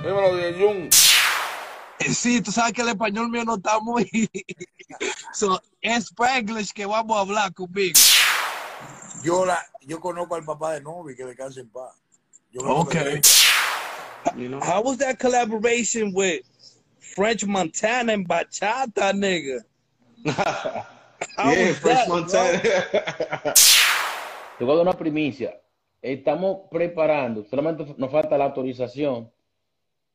Dímelo, DJ Jun. Eh, Sí, tú sabes que el español mío no está muy. so, es Spanglish que vamos a hablar conmigo. Yo, la, yo conozco al papá de Novi, que descanse en paz. Yo lo Okay. You know? How was that collaboration with French Montana and Bachata, nigga? How yeah, was French that, bro? Montana. Te voy a dar una primicia. Estamos preparando, solamente nos falta la autorización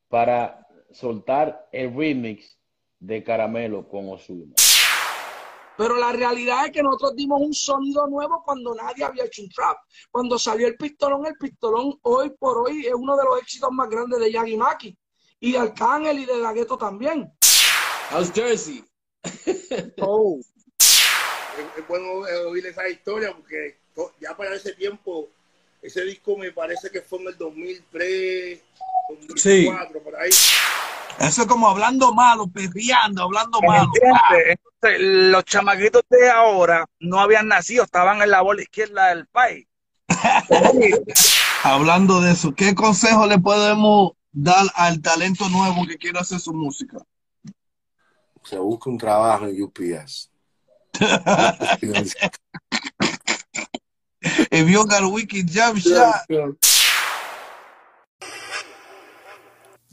para soltar el remix de Caramelo con Ozuna. Pero la realidad es que nosotros dimos un sonido nuevo cuando nadie había hecho un trap. Cuando salió el pistolón, el pistolón hoy por hoy es uno de los éxitos más grandes de Yagi Maki. Y de Arcángel y de La Ghetto también. How's Jersey? Oh. Es, es bueno eh, oír esa historia porque to- ya para ese tiempo, ese disco me parece que fue en el 2003, 2004, por ahí. Eso es como hablando malo, perreando, hablando malo. ¿Entiendes? Entonces, los chamaquitos de ahora no habían nacido, estaban en la bola izquierda del país. Hablando de eso, ¿qué consejo le podemos dar al talento nuevo que quiere hacer su música? Se busca un trabajo en UPS. If you got a wicked jump shot,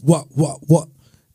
What, what, what?